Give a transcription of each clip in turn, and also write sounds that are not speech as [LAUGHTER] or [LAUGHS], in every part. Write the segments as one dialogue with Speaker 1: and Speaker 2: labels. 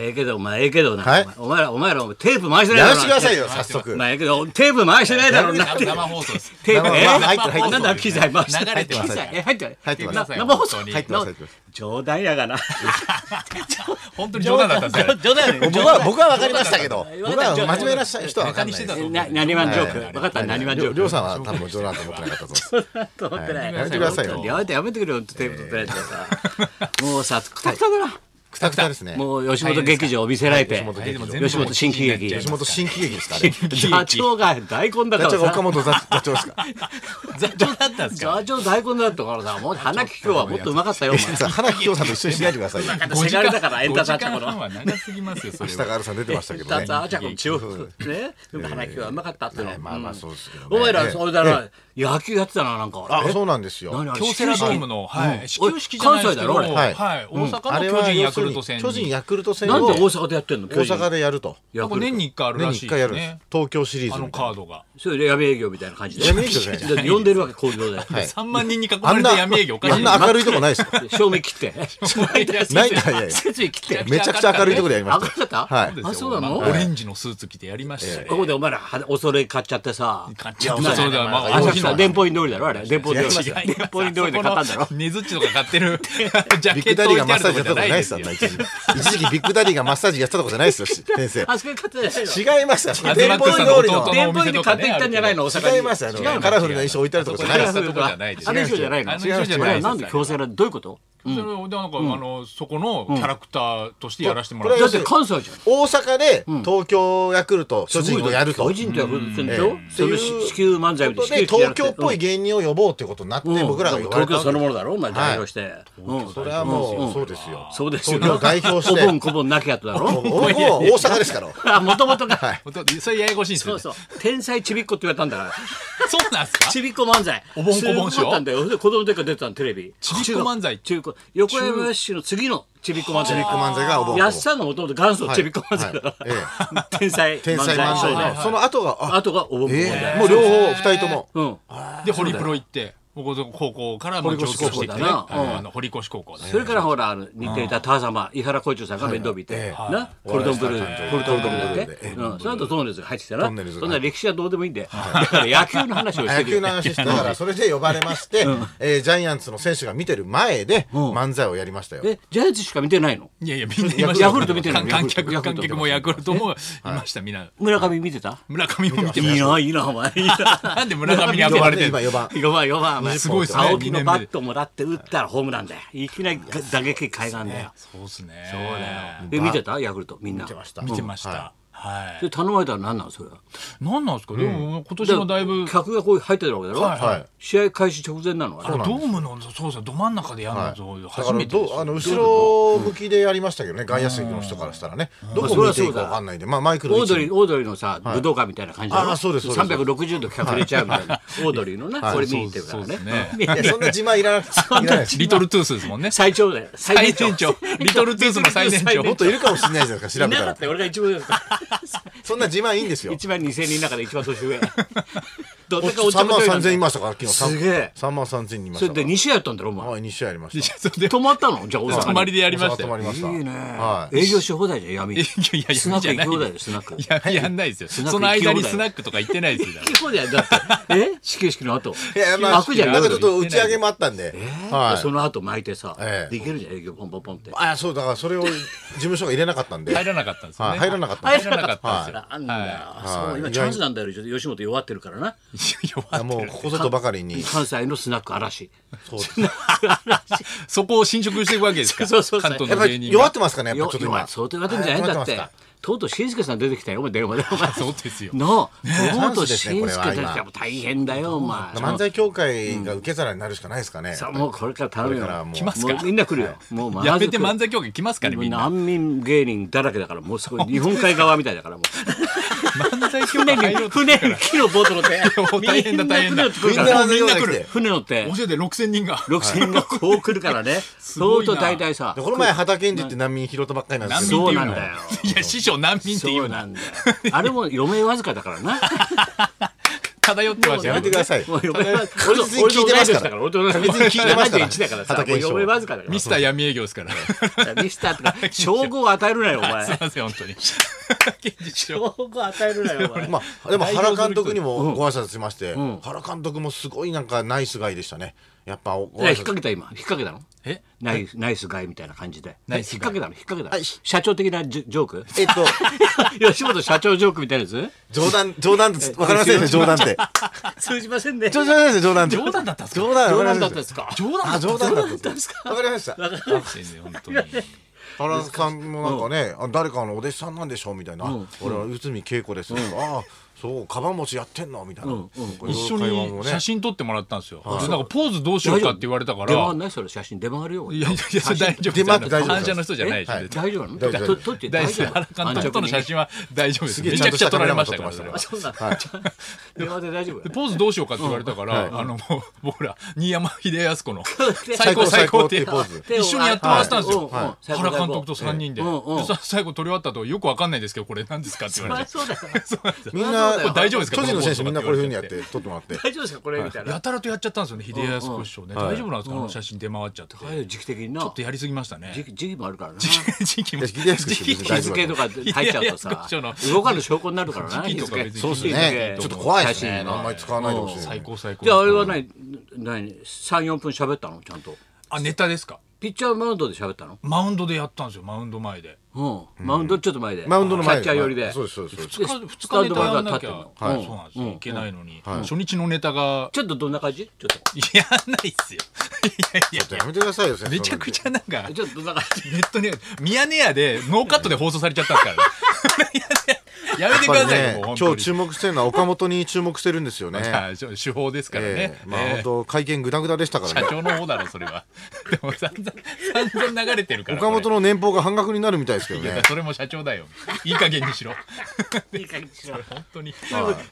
Speaker 1: ええけど、まあええけどな、
Speaker 2: はい
Speaker 1: お前ら、お前ら、テープ回してないだ
Speaker 2: やら
Speaker 1: ろ
Speaker 2: してくださいよ、早速。
Speaker 1: まあええけど、テープ回してないだろうなって。
Speaker 3: 生放送です。
Speaker 1: テープ、
Speaker 2: 生
Speaker 1: え
Speaker 2: 生入ってる入ってる
Speaker 1: なんだ、機材回して
Speaker 3: 流れてます
Speaker 1: 機材え、入ってない
Speaker 2: 入ってます
Speaker 1: な生放送
Speaker 3: 本当に
Speaker 2: 入ってます、入ってます。
Speaker 1: 冗談やがな。
Speaker 3: 本当に冗談だったんですよ。
Speaker 1: 冗談やね
Speaker 2: 僕は、僕は分かりましたけど、
Speaker 1: 冗談
Speaker 2: 僕は真面目な人は分かんないです。
Speaker 1: な、なにわんジョーク。分かった、なにわんジョー
Speaker 2: りょう
Speaker 1: ク。
Speaker 2: さんは多分冗談だと思ってなかったと思う。
Speaker 1: と思ってない。
Speaker 2: やめてくださいよ。
Speaker 1: やめてやめてくれよテープ取ってないとかさもうさくたくただな
Speaker 2: くたくたですね。
Speaker 1: もう吉本劇場見せられて
Speaker 2: はい吉本劇場
Speaker 1: 吉本新喜劇
Speaker 2: 吉本新喜劇ですか、あれ。
Speaker 1: 座長が大根だか
Speaker 2: 座
Speaker 1: ら
Speaker 2: 長が
Speaker 1: さ
Speaker 2: 岡本座座長ですか。
Speaker 3: 座長だったんですか
Speaker 1: 座長大根だったからさもう花木今日はもっとうまかったよお前
Speaker 2: さあ、花木京さんと一緒にしないでくださいよ。
Speaker 1: だってせがれだからエンタータッチャ
Speaker 3: 5時
Speaker 1: コ
Speaker 3: 間半
Speaker 1: の。
Speaker 3: は長すぎますよ、それ
Speaker 2: 下
Speaker 3: は。
Speaker 2: 川さん出てましたけど
Speaker 1: だっ [LAUGHS]
Speaker 2: ね
Speaker 1: て。あちゃこの中腹ね花木はうまかったっての
Speaker 2: ええまあまあそうですけどね
Speaker 1: お前らそれだ
Speaker 2: え
Speaker 1: な野球やってたななんか
Speaker 2: あ、
Speaker 1: え
Speaker 2: そうなんですよ。
Speaker 1: 何あれ
Speaker 3: 京セラドームの、はい、始球式じゃないですけど、
Speaker 1: 関
Speaker 3: は
Speaker 1: 西だろ
Speaker 3: い、
Speaker 2: はい
Speaker 3: 大
Speaker 2: あ
Speaker 3: 阪
Speaker 2: れ
Speaker 3: の巨
Speaker 2: は
Speaker 3: 人ヤクルト戦に。
Speaker 2: 巨人ヤクルト戦
Speaker 1: なん
Speaker 2: を
Speaker 1: で大阪でやってんの
Speaker 2: 大阪
Speaker 1: で
Speaker 2: でやると。
Speaker 3: なんか年に1回ある
Speaker 2: 年
Speaker 3: ら
Speaker 2: に
Speaker 3: し
Speaker 2: 一
Speaker 3: い
Speaker 2: 回
Speaker 3: で
Speaker 2: や
Speaker 3: す
Speaker 2: るんです
Speaker 3: ね。
Speaker 2: 東京シリー
Speaker 3: あ
Speaker 2: ズ
Speaker 3: の
Speaker 2: みたい
Speaker 3: カー
Speaker 2: な。
Speaker 3: ドが。
Speaker 1: それで闇営業みたいな感じで
Speaker 2: 闇営業じゃない
Speaker 1: だって呼んでるわけ工場で
Speaker 2: はい
Speaker 3: 3万人に囲
Speaker 2: あ
Speaker 3: ま
Speaker 2: ん
Speaker 3: れ
Speaker 2: な
Speaker 3: て闇営業おか
Speaker 2: あ
Speaker 3: し
Speaker 2: ん
Speaker 3: い。
Speaker 2: な明るいとこないですよ。 [LAUGHS]
Speaker 1: 照明切って
Speaker 2: ないんだいやいや
Speaker 1: 設備切って
Speaker 2: めちゃくちゃ明るいとこでやりま
Speaker 1: 上
Speaker 2: し。
Speaker 1: がったた
Speaker 2: はい
Speaker 1: あそうなの
Speaker 3: オレンジのスーツ着てやりました
Speaker 1: こ
Speaker 3: よ。
Speaker 1: こでお前らは恐れ買っちゃってさ
Speaker 3: 買っちゃっ
Speaker 1: いや
Speaker 3: た。それでは、まあ、あの
Speaker 1: 浅
Speaker 3: 日の
Speaker 1: 草電報院通りだろあれ電報通り
Speaker 2: 違います
Speaker 1: 電報院通りで買ったんだろ
Speaker 3: ネズッチとか買ってる [LAUGHS] ジャ
Speaker 2: ビッ
Speaker 3: ケ
Speaker 2: グダ
Speaker 3: ット
Speaker 2: ディ
Speaker 3: 置い
Speaker 2: が
Speaker 3: て
Speaker 2: マッ
Speaker 3: ある
Speaker 2: サ
Speaker 3: と
Speaker 2: ージやった
Speaker 3: こじゃ
Speaker 2: と
Speaker 3: な
Speaker 2: こ
Speaker 3: い
Speaker 2: ないですよ。
Speaker 3: ですよ。
Speaker 2: 一時一時期ビッグダディがマッサージやってたとこじゃないですよ、先生。
Speaker 1: あそこで買ってないの
Speaker 2: 違いますよ。
Speaker 3: 東
Speaker 2: 電報
Speaker 3: さんの
Speaker 2: 通り
Speaker 3: 弟
Speaker 2: の。
Speaker 3: の
Speaker 1: 電
Speaker 3: お
Speaker 1: 報
Speaker 3: 店
Speaker 1: 院で
Speaker 3: とか
Speaker 1: 買っ
Speaker 3: ね
Speaker 1: てきたんじゃないの大阪に
Speaker 2: 違いますよ。あ
Speaker 1: 違う
Speaker 2: の
Speaker 1: の
Speaker 2: カラフルな衣装置いてあるとこじゃないです
Speaker 3: そういうとこじゃないです
Speaker 1: あの衣装じゃないの
Speaker 3: あの衣装じゃ
Speaker 1: あ
Speaker 3: ない
Speaker 1: れ
Speaker 3: です
Speaker 1: なんで強制なんどういうこと
Speaker 3: それをでなんか、あのそこのキャラクターとしてやらせてもらっ
Speaker 2: うん
Speaker 3: て、
Speaker 1: だって関西じゃん
Speaker 2: 大阪で東京ヤクルト巨人とやると。
Speaker 1: 巨人とやるってんでし
Speaker 2: う
Speaker 1: ょ
Speaker 2: ん
Speaker 1: それで
Speaker 2: ってい
Speaker 1: 子宮
Speaker 2: う
Speaker 1: 漫才みたいな
Speaker 2: で東京っぽい芸人を呼ぼうということになって
Speaker 1: うん
Speaker 2: 僕らが言われ
Speaker 1: 東京
Speaker 2: た
Speaker 1: その
Speaker 2: そ
Speaker 1: ものだろお前代表してうん
Speaker 2: れはもうそうですよ
Speaker 1: そうですよ
Speaker 2: 東京を代表して
Speaker 1: お盆こぼんなきゃとだろ
Speaker 2: 俺もう大阪ですから
Speaker 1: あもともとが
Speaker 3: それややこしいんです
Speaker 1: そ
Speaker 3: よ、
Speaker 1: う
Speaker 3: ね。そ
Speaker 1: そうう天才ちびっこって言われたんだから
Speaker 3: なんで
Speaker 1: [LAUGHS]
Speaker 3: すか
Speaker 1: ちびっこ漫才。
Speaker 3: おぼんこぼん師
Speaker 1: す
Speaker 3: 匠
Speaker 1: ごかったんだよ。で子供の時から出てたのテレビ。
Speaker 3: ちびっこ漫才
Speaker 1: 中高中高横山よしの次のちびっこ漫才。
Speaker 2: コ漫才がお盆
Speaker 1: やっさんの弟元祖ちびっこ漫才だか
Speaker 2: はいはい
Speaker 1: ら。天才
Speaker 2: 天
Speaker 1: 漫
Speaker 2: 才
Speaker 1: 才
Speaker 2: 漫
Speaker 1: 少
Speaker 2: 才
Speaker 1: 年。
Speaker 2: のその後があ
Speaker 1: あとがおぼんこぼんだ
Speaker 2: え
Speaker 1: よ。
Speaker 2: ーもう両方二人とも
Speaker 1: うん。
Speaker 3: でホリプロ行って僕の高校からもう上京してきて
Speaker 1: 堀
Speaker 3: ね
Speaker 1: 越高校だな
Speaker 3: はいあの堀越高校だね
Speaker 1: それからほらあの似ていたター様井原浩一郎さんが面倒見て
Speaker 2: ええ
Speaker 1: なコルドンブルーコルドンブルーだっ
Speaker 2: え
Speaker 1: て
Speaker 2: え
Speaker 1: うんその後トンネルズが入ってきたな
Speaker 2: ト
Speaker 1: そ
Speaker 2: ンネルズが
Speaker 1: んな歴史はどうでもいいんでだから野球の話をして
Speaker 2: [LAUGHS] 野
Speaker 1: る
Speaker 2: 球の話してだからそれで呼ばれましてえージャイアンツの選手が見てる前で漫才をやりましたよ
Speaker 1: えジャイアンツしか見てないの
Speaker 3: いやいやみんないました
Speaker 1: ヤクルト見てるの
Speaker 3: 観客
Speaker 1: ヤクル
Speaker 3: 観
Speaker 1: ト
Speaker 3: 客もヤクルトもいましたみんな
Speaker 1: 村上見てた
Speaker 3: 村上も見てま
Speaker 1: いい
Speaker 3: し
Speaker 1: な、いいな、お前。いい
Speaker 3: た
Speaker 1: な
Speaker 3: なんで村上に
Speaker 2: 呼
Speaker 3: 憧
Speaker 2: ば
Speaker 3: れ
Speaker 2: れ
Speaker 3: て
Speaker 2: て
Speaker 3: る
Speaker 2: 今4番
Speaker 1: [LAUGHS] 4番、4番、お前。
Speaker 3: すごいっすね
Speaker 1: 青木のバットもらって打ったらホームランだよ。いきなり打撃海岸だよ。
Speaker 3: そうですねそうだ
Speaker 1: え、見てたヤクルト、みんな。
Speaker 2: 見てました
Speaker 3: 見てまし
Speaker 2: うん
Speaker 3: たはい
Speaker 1: で、頼まれたら何なのそれは。
Speaker 3: 何なんですかでも今年もだいぶ
Speaker 1: 客がこういう入ってたわけだろ、
Speaker 3: はい
Speaker 2: はい
Speaker 1: 試合開始直前なのあ
Speaker 3: ド
Speaker 2: うなんで
Speaker 3: ームのそうそうど真ん中でやるの
Speaker 2: はい
Speaker 3: ぞ
Speaker 2: だか
Speaker 3: 初
Speaker 2: ら
Speaker 3: めてです
Speaker 2: どあの後ろ向きでやりましたけどね外野席の人からしたらねどこ見ていいか分かんないんでまあマイク
Speaker 1: れ
Speaker 2: の位
Speaker 1: オー
Speaker 2: 置
Speaker 1: ドリー、オードリーのさ、武道館みたいな感じだろ
Speaker 2: あーそうですそうです
Speaker 1: 360度客入れちゃうみたいな。オードリーのな、これ見に行ってるから
Speaker 3: そうですね
Speaker 1: ね。
Speaker 2: いやそんな自慢いらなくていらないです
Speaker 3: リトルトゥースですもんね
Speaker 1: 最長だよ。
Speaker 3: 最年長リトルトゥースの最年長
Speaker 2: もっといるかもしれないじゃないですか調
Speaker 1: い
Speaker 2: べ
Speaker 1: な
Speaker 2: た
Speaker 1: かっ
Speaker 2: ら
Speaker 1: たよ、俺が一番上だった。
Speaker 2: そんな自慢いいんですよ
Speaker 1: 1万2000人の中で一番年上。どっちかおっちょ
Speaker 2: 3
Speaker 1: こ
Speaker 2: 万
Speaker 1: ちょいなん
Speaker 2: 3000
Speaker 1: だ
Speaker 2: 人
Speaker 1: よ
Speaker 2: いましたから昨日
Speaker 1: すげえ
Speaker 2: 3万3000人いまし
Speaker 1: それ
Speaker 2: たから
Speaker 1: で2試合やったんだろお前
Speaker 2: はい2試合やりました
Speaker 3: それで
Speaker 1: 泊まったのじゃあ大
Speaker 3: 泊
Speaker 1: 阪
Speaker 3: ま
Speaker 1: に
Speaker 3: りでやりました
Speaker 2: 泊
Speaker 3: よ
Speaker 2: まりました
Speaker 1: いいね、
Speaker 2: はい
Speaker 1: 営業し放題じゃん闇
Speaker 3: いやいやいや
Speaker 1: スナック
Speaker 3: じゃない
Speaker 1: 行き放題でスナック
Speaker 3: いや、やんないです
Speaker 1: ナ
Speaker 3: よ。
Speaker 1: ック
Speaker 3: その間にスナックとか行ってないですよ。
Speaker 1: 行き放題だってえ始球式の後
Speaker 2: いやまあ
Speaker 1: 開くじゃん
Speaker 2: なんか
Speaker 1: 夜
Speaker 2: ちょっ
Speaker 1: に
Speaker 2: と打ち上げもあったんで
Speaker 1: そ
Speaker 2: は
Speaker 1: の後巻いてさ、
Speaker 2: ええ
Speaker 1: できるじゃん営業ポンポンポンって
Speaker 2: いあそうだからそれを事務所が入れなかったんで
Speaker 3: 入らなかったんですよ
Speaker 2: は
Speaker 3: ね。
Speaker 2: い入らなかったんで
Speaker 3: 入らなかったんですよ。
Speaker 1: なんだ、
Speaker 2: い
Speaker 1: そう今
Speaker 2: はい
Speaker 1: チャンスなんだよちょっと吉本弱ってるからない
Speaker 3: や
Speaker 2: あ
Speaker 3: 弱っ
Speaker 2: も
Speaker 3: て
Speaker 2: う
Speaker 3: る
Speaker 2: ここぞとばかりに
Speaker 1: 関西のスナック嵐
Speaker 2: そうです
Speaker 3: そこを侵食していくわけですか
Speaker 1: そうそうそう
Speaker 3: 関東
Speaker 2: やっ
Speaker 3: の
Speaker 2: ぱ
Speaker 3: 芸
Speaker 2: り
Speaker 3: 人
Speaker 2: 弱
Speaker 3: が
Speaker 2: ってますかねやっぱ
Speaker 1: よ
Speaker 2: ちょっと
Speaker 1: 弱
Speaker 2: 今
Speaker 1: いそうてなってんじゃないんだっ
Speaker 2: はい
Speaker 1: て
Speaker 2: 弱ますか
Speaker 1: とうとう紳助さん出てきたよお前電話でお前
Speaker 3: そうですよ。
Speaker 1: の
Speaker 2: え
Speaker 1: とうとう
Speaker 2: チャンスですね
Speaker 1: 紳
Speaker 2: こ
Speaker 1: 助
Speaker 2: れは
Speaker 1: 出てきたもう大変だよお前
Speaker 2: 漫才協会が受け皿になるしかないですかね
Speaker 1: さあもうこれから頼
Speaker 2: こ
Speaker 1: む
Speaker 2: れ
Speaker 1: よ
Speaker 2: からもう
Speaker 3: 来ます
Speaker 1: も
Speaker 3: か
Speaker 1: うみんな来るよ。もうまず
Speaker 3: やめて漫才協会来ますかね、みんな。
Speaker 1: 難民芸人だらけだからもうすごい日本海側みたいだから [LAUGHS] もう
Speaker 3: 漫才協
Speaker 1: 船
Speaker 3: 会入ろ
Speaker 1: に
Speaker 3: うとし
Speaker 1: 船
Speaker 3: てるか
Speaker 1: に木のボート乗 [LAUGHS] って
Speaker 3: もう大変だ大変だ
Speaker 1: みんな船乗ってくるから
Speaker 2: みんなみんな来
Speaker 3: みんな
Speaker 2: る
Speaker 3: 来る
Speaker 1: 船乗って
Speaker 3: ら。おじゃで6000人が。
Speaker 1: 6000人がこう来る [LAUGHS] からね
Speaker 3: ご
Speaker 1: 相
Speaker 3: いな
Speaker 1: 当大体さ
Speaker 2: でこの前畑健二って難民拾ったばっかりなんで
Speaker 3: 難
Speaker 2: す
Speaker 3: 民
Speaker 2: けど
Speaker 3: っ
Speaker 1: そうな
Speaker 3: て言うんの
Speaker 1: だよ
Speaker 3: いや、師匠難民って
Speaker 1: そ
Speaker 3: 言う
Speaker 1: うな
Speaker 3: の。
Speaker 1: んだよあれも余命わずかだからな
Speaker 3: 漂ってました
Speaker 2: やめてください。
Speaker 1: もう嫁は
Speaker 2: 俺別に聞いてますから
Speaker 1: 俺と同い年だから俺と同い年
Speaker 2: 別に聞いてますから
Speaker 1: 71だからさ
Speaker 2: 畑一緒
Speaker 1: もう嫁わずかだから
Speaker 3: ミスター闇営業ですからね。
Speaker 1: ミスター [LAUGHS] とか称号を与えるなよお前 [LAUGHS]
Speaker 3: [LAUGHS] すいません、本当に。 [LAUGHS] 現実上
Speaker 1: 称号与えるなよお前
Speaker 2: まあ、でも原監督にもご挨拶しまして、原監督もすごいなんかナイスガイでしたね。やっぱおご
Speaker 1: いや
Speaker 2: 挨
Speaker 1: 引っ掛け
Speaker 2: 拶。
Speaker 1: た今引っ掛けたの
Speaker 3: え
Speaker 1: ナイスナイスガイみたいな感じで
Speaker 3: ナ
Speaker 1: 引
Speaker 3: イ
Speaker 1: っ
Speaker 3: スガ
Speaker 1: 掛
Speaker 3: イ
Speaker 1: けたの引っ掛けた
Speaker 2: は
Speaker 1: の
Speaker 2: い
Speaker 1: 社長的なジョジョーク
Speaker 2: えっと、
Speaker 1: 吉本社長ジョークみたいなやつ
Speaker 2: 冗談、冗談です。わかりませんね、冗談って。
Speaker 1: 通じませんね
Speaker 2: 冗談です、冗談。
Speaker 3: 冗談だったんですか
Speaker 2: 冗談、
Speaker 1: 冗
Speaker 2: わか
Speaker 1: 談だ
Speaker 2: りま
Speaker 1: ったん
Speaker 2: せ
Speaker 1: で
Speaker 2: ん
Speaker 1: すか
Speaker 3: 冗談
Speaker 2: あ、冗談だったんですす
Speaker 1: か
Speaker 2: か。わかりました。
Speaker 3: 本当に。
Speaker 2: 原さんもなんかね、あ誰かのお弟子さんなんでしょうみたいな、俺は内海恵子です、ああそうカバン持ちやってんのみたいな、こうい
Speaker 3: 一
Speaker 2: う
Speaker 3: 緒
Speaker 2: 会話も
Speaker 3: に
Speaker 2: ね
Speaker 3: 写真撮ってもらったんですよ。でなんかポーズどうしようかって言われたか
Speaker 1: 出
Speaker 3: ら
Speaker 1: 回ん。ないそれ写真出回るよ
Speaker 3: いやいやいや、それ大丈夫で
Speaker 2: 出
Speaker 3: す。
Speaker 2: ます大丈夫です
Speaker 3: 反射の人じゃないでしょ
Speaker 2: は
Speaker 1: え
Speaker 2: い
Speaker 1: 大丈夫なの
Speaker 2: 大丈夫
Speaker 1: じゃあと撮って
Speaker 3: 大
Speaker 1: 大
Speaker 3: 丈
Speaker 1: 丈
Speaker 3: 夫。原
Speaker 1: 夫
Speaker 3: 監督との写真は大丈夫です。
Speaker 2: げえ
Speaker 3: め
Speaker 2: ちゃ
Speaker 3: ちゃ
Speaker 2: んと
Speaker 3: く
Speaker 2: し
Speaker 3: ちゃ
Speaker 2: た
Speaker 3: 撮
Speaker 2: カ
Speaker 3: ら
Speaker 2: メ
Speaker 3: れ
Speaker 2: ラマ
Speaker 3: ま
Speaker 2: ン
Speaker 3: し
Speaker 2: 撮
Speaker 3: た
Speaker 2: って
Speaker 3: から
Speaker 2: ま
Speaker 3: そ
Speaker 2: した
Speaker 3: れ
Speaker 2: ね
Speaker 3: は。
Speaker 1: 電話で大丈夫
Speaker 3: でポーズどうしようかって言われたから、あのもう僕ら新山秀
Speaker 2: [LAUGHS]
Speaker 3: 康子の
Speaker 1: で
Speaker 3: 最高最高って
Speaker 2: 最高最高っていうポー
Speaker 1: ズ
Speaker 3: 一緒にやってもらったんですよ、
Speaker 1: はいはい
Speaker 3: 原監督と3人で,、
Speaker 1: うんうん
Speaker 3: でさ最後撮り終わった後よくわかんないですけどこれ何ですかって言われて
Speaker 1: そうだよ
Speaker 3: そうなんですよ
Speaker 2: みんな
Speaker 1: これ
Speaker 3: 大丈夫ですか
Speaker 2: 巨人の選手みんなこういうふうにやっ
Speaker 3: こ
Speaker 2: て撮ってもらって
Speaker 1: 大丈夫ですかこれみたいな
Speaker 3: やたらとやっちゃったんですよね秀康子師匠ね、大丈夫なんですか、あの写真出回っちゃって、
Speaker 1: ああ
Speaker 3: ち
Speaker 1: いう時期的にな
Speaker 3: ょっとやりすぎましたね
Speaker 1: 時期時期もあるからな
Speaker 3: [LAUGHS] 時期
Speaker 2: い
Speaker 3: も
Speaker 2: や秀康子師匠別に
Speaker 1: 日
Speaker 2: 大丈夫
Speaker 1: 付とか入っちゃうと
Speaker 3: いやいや
Speaker 1: さ
Speaker 3: ちょっと
Speaker 1: 動かぬ証拠になるからな
Speaker 3: 時期
Speaker 1: 日
Speaker 3: とか
Speaker 1: 付
Speaker 3: 別にそうっす
Speaker 2: ねちょっと怖いですね
Speaker 1: 写真の
Speaker 2: あんまり使わないでほしい
Speaker 3: 最高最高
Speaker 1: じゃああれは何何34分喋ったのちゃんと
Speaker 3: あネタですか
Speaker 1: ピッチャーマウンドで喋ったの
Speaker 3: マウンドでやったんですよマウンド前で
Speaker 1: うんマウンドちょっと前で
Speaker 2: マウンドの前
Speaker 1: キャッチャー寄り
Speaker 2: は
Speaker 1: で
Speaker 2: いそうですそうですそうです
Speaker 1: で
Speaker 3: 2日二
Speaker 1: スタ
Speaker 3: 日
Speaker 1: ン
Speaker 3: ネ
Speaker 1: ド
Speaker 3: タ
Speaker 1: 前
Speaker 3: や
Speaker 1: か
Speaker 3: ん
Speaker 1: ら
Speaker 3: な
Speaker 1: 立ってん
Speaker 3: きゃ、
Speaker 1: の
Speaker 3: は
Speaker 1: う
Speaker 3: い
Speaker 1: ん
Speaker 3: そうなんですよ、
Speaker 1: うん
Speaker 3: いけないのに、
Speaker 2: はい
Speaker 3: 初日のネタが
Speaker 1: ちょっとどんな感じちょっ
Speaker 3: やらないっすよ。いやいや
Speaker 2: ちょっとやめてくださいよ
Speaker 3: めちゃくちゃなんか
Speaker 1: と、ちょっとどんな感じ
Speaker 3: ネットに、ミヤネ屋でノーカットで放送されちゃったんですからね。や
Speaker 2: や
Speaker 3: めてく
Speaker 2: っぱ
Speaker 3: だ
Speaker 2: り
Speaker 3: さい
Speaker 2: ね
Speaker 3: よ、もう
Speaker 2: 今
Speaker 3: 本
Speaker 2: 日注目してるのは岡本に注目してるんですよ
Speaker 3: [LAUGHS]
Speaker 2: ね
Speaker 3: 当に。ちょ手法ですからね
Speaker 2: え。えまあ
Speaker 3: え
Speaker 2: 本当会見グダグダでしたか
Speaker 3: え
Speaker 2: ら
Speaker 3: 社
Speaker 2: ね
Speaker 3: 長の方だろ、それは。でも散々、散々流れてるから。
Speaker 2: 岡本
Speaker 3: の。
Speaker 2: の年俸が半額になるみたいですけど
Speaker 3: いや
Speaker 2: ね
Speaker 3: それも社長だよ。いい加減にしろ。
Speaker 1: いい感じしろ
Speaker 3: 本当に。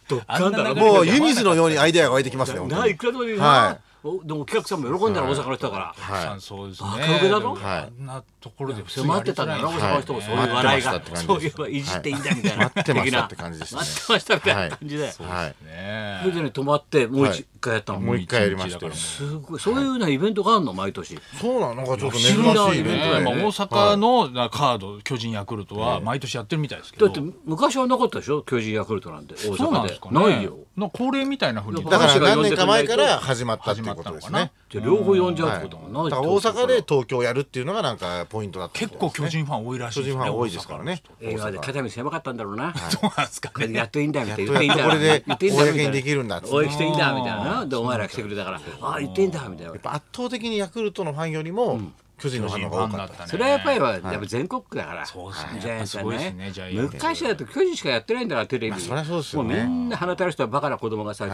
Speaker 1: どっ
Speaker 3: [LAUGHS] あ
Speaker 1: かん
Speaker 3: んな
Speaker 1: だろ
Speaker 3: 流れ
Speaker 2: もう湯水のようにアイデアが湧いてきますね本当
Speaker 1: な
Speaker 2: に
Speaker 1: いくらでもいい
Speaker 2: は
Speaker 1: なおでもお客さんも喜んだら大阪の人だから
Speaker 3: さ
Speaker 2: は
Speaker 3: んそうですね。
Speaker 1: バカ受けだろ
Speaker 3: でもあんなところで
Speaker 1: 迫ってたんだろ大阪の人もそういう笑いがそういえばいじっていいんだみたいな
Speaker 2: はい待ってましたって感じでしたね
Speaker 1: 待ってましたみたいな感じで
Speaker 2: いはい
Speaker 3: ねえ
Speaker 1: それでね止まってもう一回やったの
Speaker 2: もう一回やりましたよ
Speaker 1: すごいそういうようなイベントがあるの毎年
Speaker 2: そうなのなんかちょっと珍し
Speaker 1: 不思議ない
Speaker 2: イベント
Speaker 3: ね
Speaker 2: で
Speaker 3: まあ、
Speaker 2: ね
Speaker 3: 大阪のなカード巨人ヤクルトは毎年やってるみたいですけ
Speaker 1: だ
Speaker 3: ど、
Speaker 1: って昔はなかったでしょ巨人ヤクルトなんて大
Speaker 3: そう
Speaker 1: 阪
Speaker 3: なんで
Speaker 1: です
Speaker 3: かね
Speaker 1: ないよ
Speaker 3: な恒例みたいなふうに
Speaker 2: だ
Speaker 1: だ
Speaker 2: か
Speaker 1: からら何
Speaker 2: 何年
Speaker 1: 年
Speaker 2: か
Speaker 1: か
Speaker 2: 前
Speaker 1: 前
Speaker 2: か
Speaker 1: からら
Speaker 2: 始まったっていうことですね。
Speaker 1: じゃあ両方呼んじゃうっ
Speaker 2: は
Speaker 1: てこ
Speaker 2: い、だ
Speaker 1: と
Speaker 2: か
Speaker 1: もない
Speaker 2: ら大阪で東京やるっていうのがなんかポイントだったみた
Speaker 3: 結
Speaker 2: い
Speaker 3: 構
Speaker 2: ですね
Speaker 3: 巨人ファン多いらしい
Speaker 2: 巨人ファン多いですからね。
Speaker 1: 映画で肩身狭かったんだろうな
Speaker 3: 大阪そうなんですか
Speaker 1: これ
Speaker 3: ね
Speaker 1: やっといいんだみたいな
Speaker 2: やっ
Speaker 1: 言っ
Speaker 2: と
Speaker 1: ていいんだ
Speaker 2: これで
Speaker 1: 言っていいんだみたいな
Speaker 2: 公にできるんだっつって
Speaker 1: おい来ていいんだみたいなでお前ら来てくれたからああ言っていいんだみたいな
Speaker 2: やっぱ圧倒的にヤクルトのファンよりも巨人のファンの方が多かったです。
Speaker 1: それはやっぱり
Speaker 3: ね
Speaker 1: はやっぱ全国区だから、
Speaker 3: そうですね
Speaker 1: ジャイアンツは
Speaker 3: やっぱすごいですねジャイアンツ
Speaker 1: 昔だと巨人しかやってないんだからテレビ、
Speaker 2: まあそりゃそうですよね
Speaker 1: もうみんな放たら人はバカな子供がさ、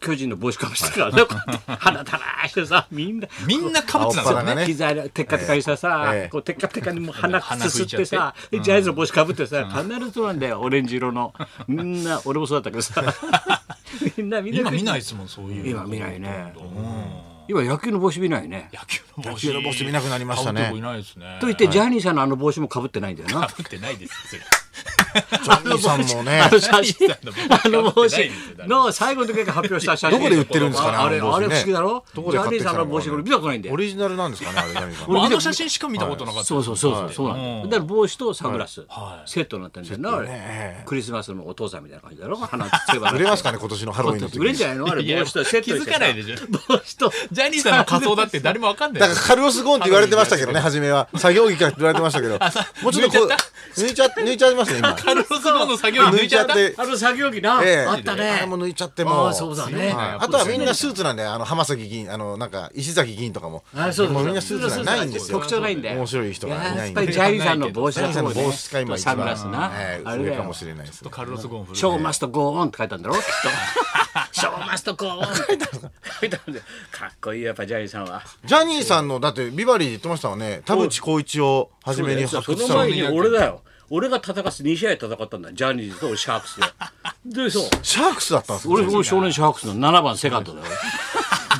Speaker 1: 巨人の帽子かぶしてからねこうやって放たらして
Speaker 3: [LAUGHS]
Speaker 1: さみんな
Speaker 3: みんなかぶってたんです
Speaker 2: 青っ
Speaker 3: よ
Speaker 2: 腹が
Speaker 3: ね
Speaker 2: ね
Speaker 1: 膝でテッカテカにしたさ、
Speaker 2: ええ
Speaker 1: こうテッカテカにもう鼻くす
Speaker 3: 鼻吹
Speaker 1: す
Speaker 3: い
Speaker 1: っ
Speaker 3: ちゃって
Speaker 1: てさジャイアンツの帽子かぶってさ、必ずそうなんだよオレンジ色のみんな俺もそうだったけど
Speaker 3: [LAUGHS]
Speaker 1: さみんなみんな
Speaker 3: 今見ないですもんそういう
Speaker 1: 今見ないね今野球の帽子見ないね
Speaker 3: 野球の帽子
Speaker 2: 野球の帽子見なくなりましたね
Speaker 3: 買うとこいないですね
Speaker 1: と
Speaker 3: [LAUGHS]
Speaker 1: 言って、ジャニーさんのあの帽子もかぶってないんだよな
Speaker 3: かぶってないですよ
Speaker 1: [LAUGHS]
Speaker 2: ジョニーさんもね [LAUGHS]
Speaker 1: あ、の写真
Speaker 3: 何言ってん、
Speaker 1: あ
Speaker 3: の
Speaker 1: の帽子
Speaker 3: 被ってないですよ
Speaker 1: の最後の時に発表した写真。
Speaker 2: どこで売ってるんですかね
Speaker 1: ああれ、
Speaker 2: あ
Speaker 1: あ
Speaker 2: の帽子
Speaker 1: れ
Speaker 2: ね
Speaker 1: 不思議だろジ
Speaker 2: どこで買
Speaker 1: ャ
Speaker 2: っ
Speaker 1: ニー
Speaker 2: てき
Speaker 1: さん
Speaker 2: たのか
Speaker 1: の帽子、これ見たことないんだ
Speaker 2: オ
Speaker 1: よ。
Speaker 2: リジナルなんですか [LAUGHS] ね、あれジョニーさん
Speaker 3: それ
Speaker 2: の。
Speaker 3: あの写真しか見たことなかった
Speaker 1: そうそうそうそう、そうなんだよ。だから帽子とサングラス、
Speaker 3: はい
Speaker 1: セットになってるんだよな、あれ。クリスマスのお父さんみたいな感じだろ鼻つけば。
Speaker 2: 売れますかね、今年のハロウィンの時
Speaker 1: 売れんじゃないのあれ、
Speaker 3: いや
Speaker 1: 帽子とセットにしてさ
Speaker 3: 気づかないでしょ
Speaker 1: 帽子と。
Speaker 3: ジャニーさんの仮装だって誰もわかんない
Speaker 2: だからカルオス・ゴーンって言われてましたけどね、初めは。作業着からって言われてましたけど。もうちょっとこう、 [LAUGHS] 抜いちゃ、抜いちゃいますね、今。
Speaker 3: カルロスゴーンの作業員抜いちゃった
Speaker 2: て
Speaker 1: あの作業着な、
Speaker 2: ええ
Speaker 1: あった
Speaker 2: あれ
Speaker 1: ね。
Speaker 2: も抜いちゃっても
Speaker 1: ああそうだね
Speaker 2: はいあとはみんなスーツなんであの浜崎議員あのなんか石崎議員とかも
Speaker 1: あそうそう
Speaker 2: もうみんなスーツなんでないんですよ
Speaker 1: 特徴ないんだよ。
Speaker 2: 面白い人がいないんで
Speaker 1: やっぱりジャニーさんの帽子だ
Speaker 2: 皆
Speaker 1: と
Speaker 2: さん
Speaker 1: 思う
Speaker 2: の
Speaker 1: ね
Speaker 2: 帽子が今一
Speaker 1: サングラ
Speaker 2: 番
Speaker 1: スな。
Speaker 2: ええ
Speaker 1: あれ
Speaker 2: 上
Speaker 1: だ
Speaker 2: か
Speaker 1: よ
Speaker 2: も。しれないですね
Speaker 3: カルロスゴーン古い
Speaker 1: ショーマストゴーオンって書いたんだろきっ [LAUGHS] と。ショーマストゴーオンって書いたんだよ。かっこいいよやっぱジャニーさんは。
Speaker 2: ジャニーさんのだってビバリーで言ってましたもんね田淵光一を初めに
Speaker 1: そ
Speaker 2: 発掘
Speaker 1: の
Speaker 2: したの
Speaker 1: 前
Speaker 2: に
Speaker 1: に俺だよ。俺が戦す2試合戦ったんだよジャニーズとシャークスで。でそう。
Speaker 2: シャークスだったんですよ
Speaker 1: 俺俺少年シャークスの7番セカンドだよ。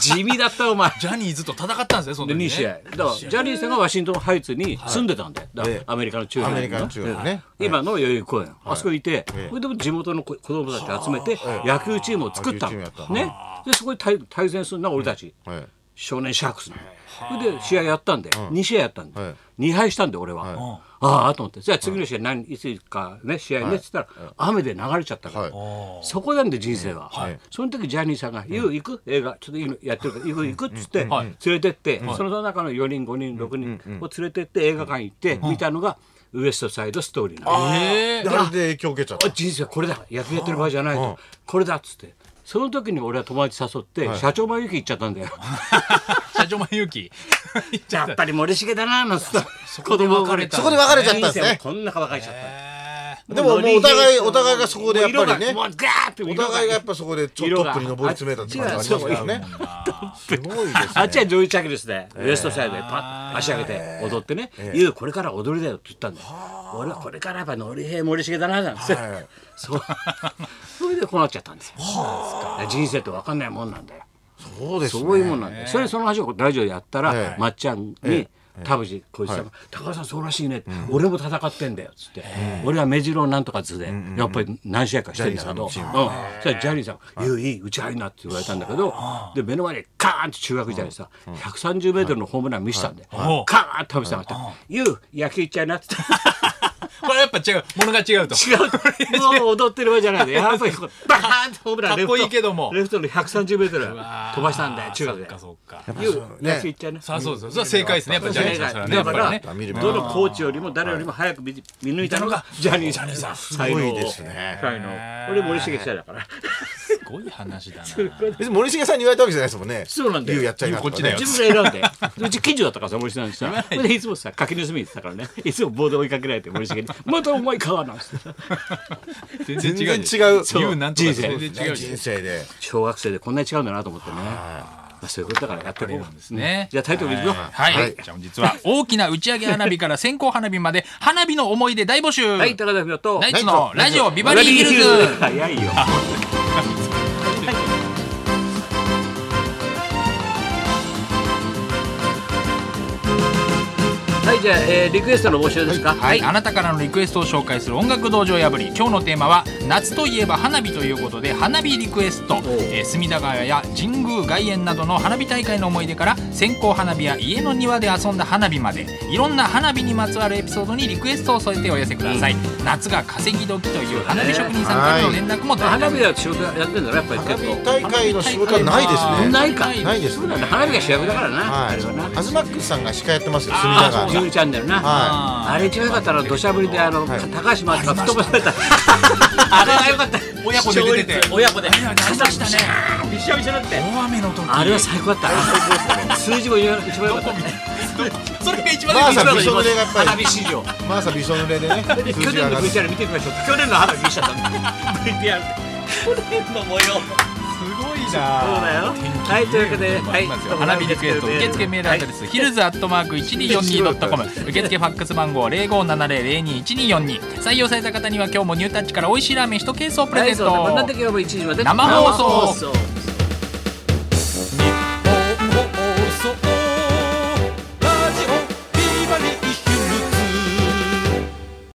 Speaker 1: 地味だったよお前
Speaker 3: ジャニーズと戦ったんですね、その
Speaker 1: で
Speaker 3: 時ね
Speaker 1: 2試合だからジャニーさんがワシントンハイツに住んでたんで、だから
Speaker 2: ええ
Speaker 1: アメリカの中央
Speaker 2: アメリカの中央ねはい
Speaker 1: 今の代々木公園、あそこにいて、
Speaker 2: ええ
Speaker 1: それでも地元の子子供たち集めて野球チームを作ったの
Speaker 2: 野球チームや
Speaker 1: ねでそこに対対戦するのが俺たち、
Speaker 2: はい
Speaker 1: 少年シャークスのそれで試合やったんで、2試合やったんで、
Speaker 2: はい
Speaker 1: 2敗したんで俺は、
Speaker 2: はい
Speaker 1: ああと思ってじゃあ次の試合何いつかね試合ねっつったら、雨で流れちゃったから、
Speaker 2: はい
Speaker 1: そこなんで人生は、
Speaker 2: い
Speaker 1: その時ジャニーさんが「行、う行く映画ちょっといいのやってるから行く行く」っつって、連れてって、その中の4人5人6人を連れてって映画館行って、見たのが「ウエストサイドストーリー」なの。
Speaker 3: え
Speaker 2: で
Speaker 3: ー
Speaker 2: あれで影響受けちゃった
Speaker 1: あ人生はこれだ野球やってる場合じゃないとこれだっつってその時に俺は友達誘って、社長前行き行っちゃったんだよ。
Speaker 3: 社長前勇気。 [LAUGHS] 言っちゃ
Speaker 1: やっ
Speaker 3: っ
Speaker 1: たぱり森重だななん [LAUGHS] つった子供を
Speaker 3: そ
Speaker 2: こで別れちゃったんです
Speaker 1: 人
Speaker 2: ね
Speaker 1: 生もこんなかばかれちゃった
Speaker 3: えー
Speaker 2: でももうお互いお互いがそこでやっぱりね
Speaker 1: もう色がもうガーッと
Speaker 2: お互いがやっぱそこでちょっと
Speaker 1: 色
Speaker 2: ト
Speaker 1: が
Speaker 2: ップに上り詰めたって感じがありますからねすごいですね
Speaker 1: あっちはジョイ・チャキですね、ウエストサイドでパッ足上げて踊ってね「ゆうこれから踊りだよ」って言ったんだよ俺はこれからやっぱノリヘイ森重だななんつって
Speaker 2: はい
Speaker 1: そうそれでこうなっちゃったんですよ人生って分かんないもんなんだよ
Speaker 2: そうですね
Speaker 1: そういうもんなんだよそれでその話をラジオでやった
Speaker 2: え
Speaker 1: ら
Speaker 2: え
Speaker 1: まっちゃんに田淵浩一さんが「高田さんそうらしいね」俺も戦ってんだよ」っつって俺は目白なんとか図でやっぱり何試合かしてんだけどうんそ
Speaker 2: ジ
Speaker 1: し
Speaker 2: ャニー
Speaker 1: たらジャニーさんが「ゆういいうち入んな」って言われたんだけどで目の前にカーンって中学時代にさ130メートルのホームラン見せたんでカ
Speaker 3: は
Speaker 1: ー
Speaker 3: い
Speaker 1: ンって田淵さんが言って「ゆう野球行っちゃいな」っつって。
Speaker 3: これやっぱ違う、ものが違うと。
Speaker 1: 違うもう踊ってる場合じゃないでやっぱりこうバーンとホームランレフト
Speaker 3: かっこいいけども
Speaker 1: レフトの130メートル飛
Speaker 3: わー
Speaker 1: ばしたんだよ中学
Speaker 3: そっ
Speaker 1: で
Speaker 3: かそっか。
Speaker 1: ゆう野球行っちゃいな
Speaker 3: さあそうですよ。それは正解ですね。やっぱジャニーさんそれはね。や
Speaker 1: だか
Speaker 3: っぱ
Speaker 1: ら
Speaker 3: りね。
Speaker 1: どのコーチよりも誰よりも早く見見抜いたのがジャニーさんさんす
Speaker 2: ごいですね
Speaker 1: 才能俺森重記者だから
Speaker 3: すごい話だな。
Speaker 2: 別に森重さんに言われたわけじゃないですもんね
Speaker 1: そうなんだよ
Speaker 2: 言やっちゃいなとか
Speaker 3: 言うこっちだよ
Speaker 2: ね
Speaker 1: 自分が選んでうち近所だったからさ森重さんさ
Speaker 3: ない
Speaker 1: でいつもさ柿盗みってたからねいつも棒で追いかけられて森重に「またお前か」なんつって
Speaker 3: 全
Speaker 2: 全然違う
Speaker 3: そう言うなんとか
Speaker 1: 人生
Speaker 3: 全然違う
Speaker 2: 人生で
Speaker 1: 小学生でこんなに違うんだなと思ってねまあそういうことだからやっていこう
Speaker 3: なんですね。
Speaker 1: じゃあタイトルいくよ
Speaker 3: はい。
Speaker 2: は
Speaker 3: はいいじゃあ本日は大きな打ち上げ花火から線香花火まで花火の思い出大募集。
Speaker 1: はい高田文夫と
Speaker 3: ナイツのラジオビバリーヒルズ。
Speaker 1: 早いよはいじゃあ、えー、リクエストの募集ですか
Speaker 3: はい、あなたからのリクエストを紹介する音楽道場破り今日のテーマは夏といえば花火ということで花火リクエスト、えー隅田川や神宮外苑などの花火大会の思い出から線香花火や家の庭で遊んだ花火までいろんな花火にまつわるエピソードにリクエストを添えてお寄せください、夏が稼ぎ時という花火職人さんからの連絡も大
Speaker 1: 花
Speaker 3: 丈
Speaker 1: 火は仕事やってんだろやっぱり
Speaker 2: 花
Speaker 1: 結
Speaker 2: 火
Speaker 1: 構
Speaker 2: 大会の仕事はないですね
Speaker 1: ないか
Speaker 2: ないです
Speaker 1: そう
Speaker 2: ね
Speaker 1: なんだ花火が主役だからな、
Speaker 2: は
Speaker 1: あれはない
Speaker 2: アズマックスさんが司会やってますよ隅田川
Speaker 1: ジュ
Speaker 2: の
Speaker 1: ニチャンネルな、
Speaker 2: は
Speaker 1: あれ一番良かったのは土砂降りであの、
Speaker 2: はい
Speaker 1: 高橋真麻が吹っ飛ばされた [LAUGHS] あれが良かった
Speaker 3: 親子で出てて
Speaker 1: 視聴率親子で
Speaker 3: あれはありましたね
Speaker 1: びしょびしょになって
Speaker 3: 大雨の時
Speaker 1: あれは最高だった数字も一番良かった
Speaker 3: それが一番
Speaker 2: まあ
Speaker 3: 大事
Speaker 2: さ
Speaker 3: な
Speaker 2: びしょ濡れがやっぱり
Speaker 1: 花火市場
Speaker 2: まあさびしょ濡れでね
Speaker 1: で
Speaker 2: 数
Speaker 1: 去
Speaker 2: 字が
Speaker 1: 年の
Speaker 2: 上がる
Speaker 1: VTR 見てみましょう去年の花火見ちゃった VTR 去年の模様
Speaker 3: すごいな
Speaker 1: そうだよはいというわけではい
Speaker 3: 花火リクエスト受付メールアドレスヒルズアットマーク 1242.com 受付ファックス番号0570021242採用された方には今日もニュータッチから美味しいラーメン1ケースをプレゼン
Speaker 1: はいそうだこんな
Speaker 3: ト
Speaker 1: 時はもう1時まで
Speaker 3: 生放送
Speaker 1: 生放送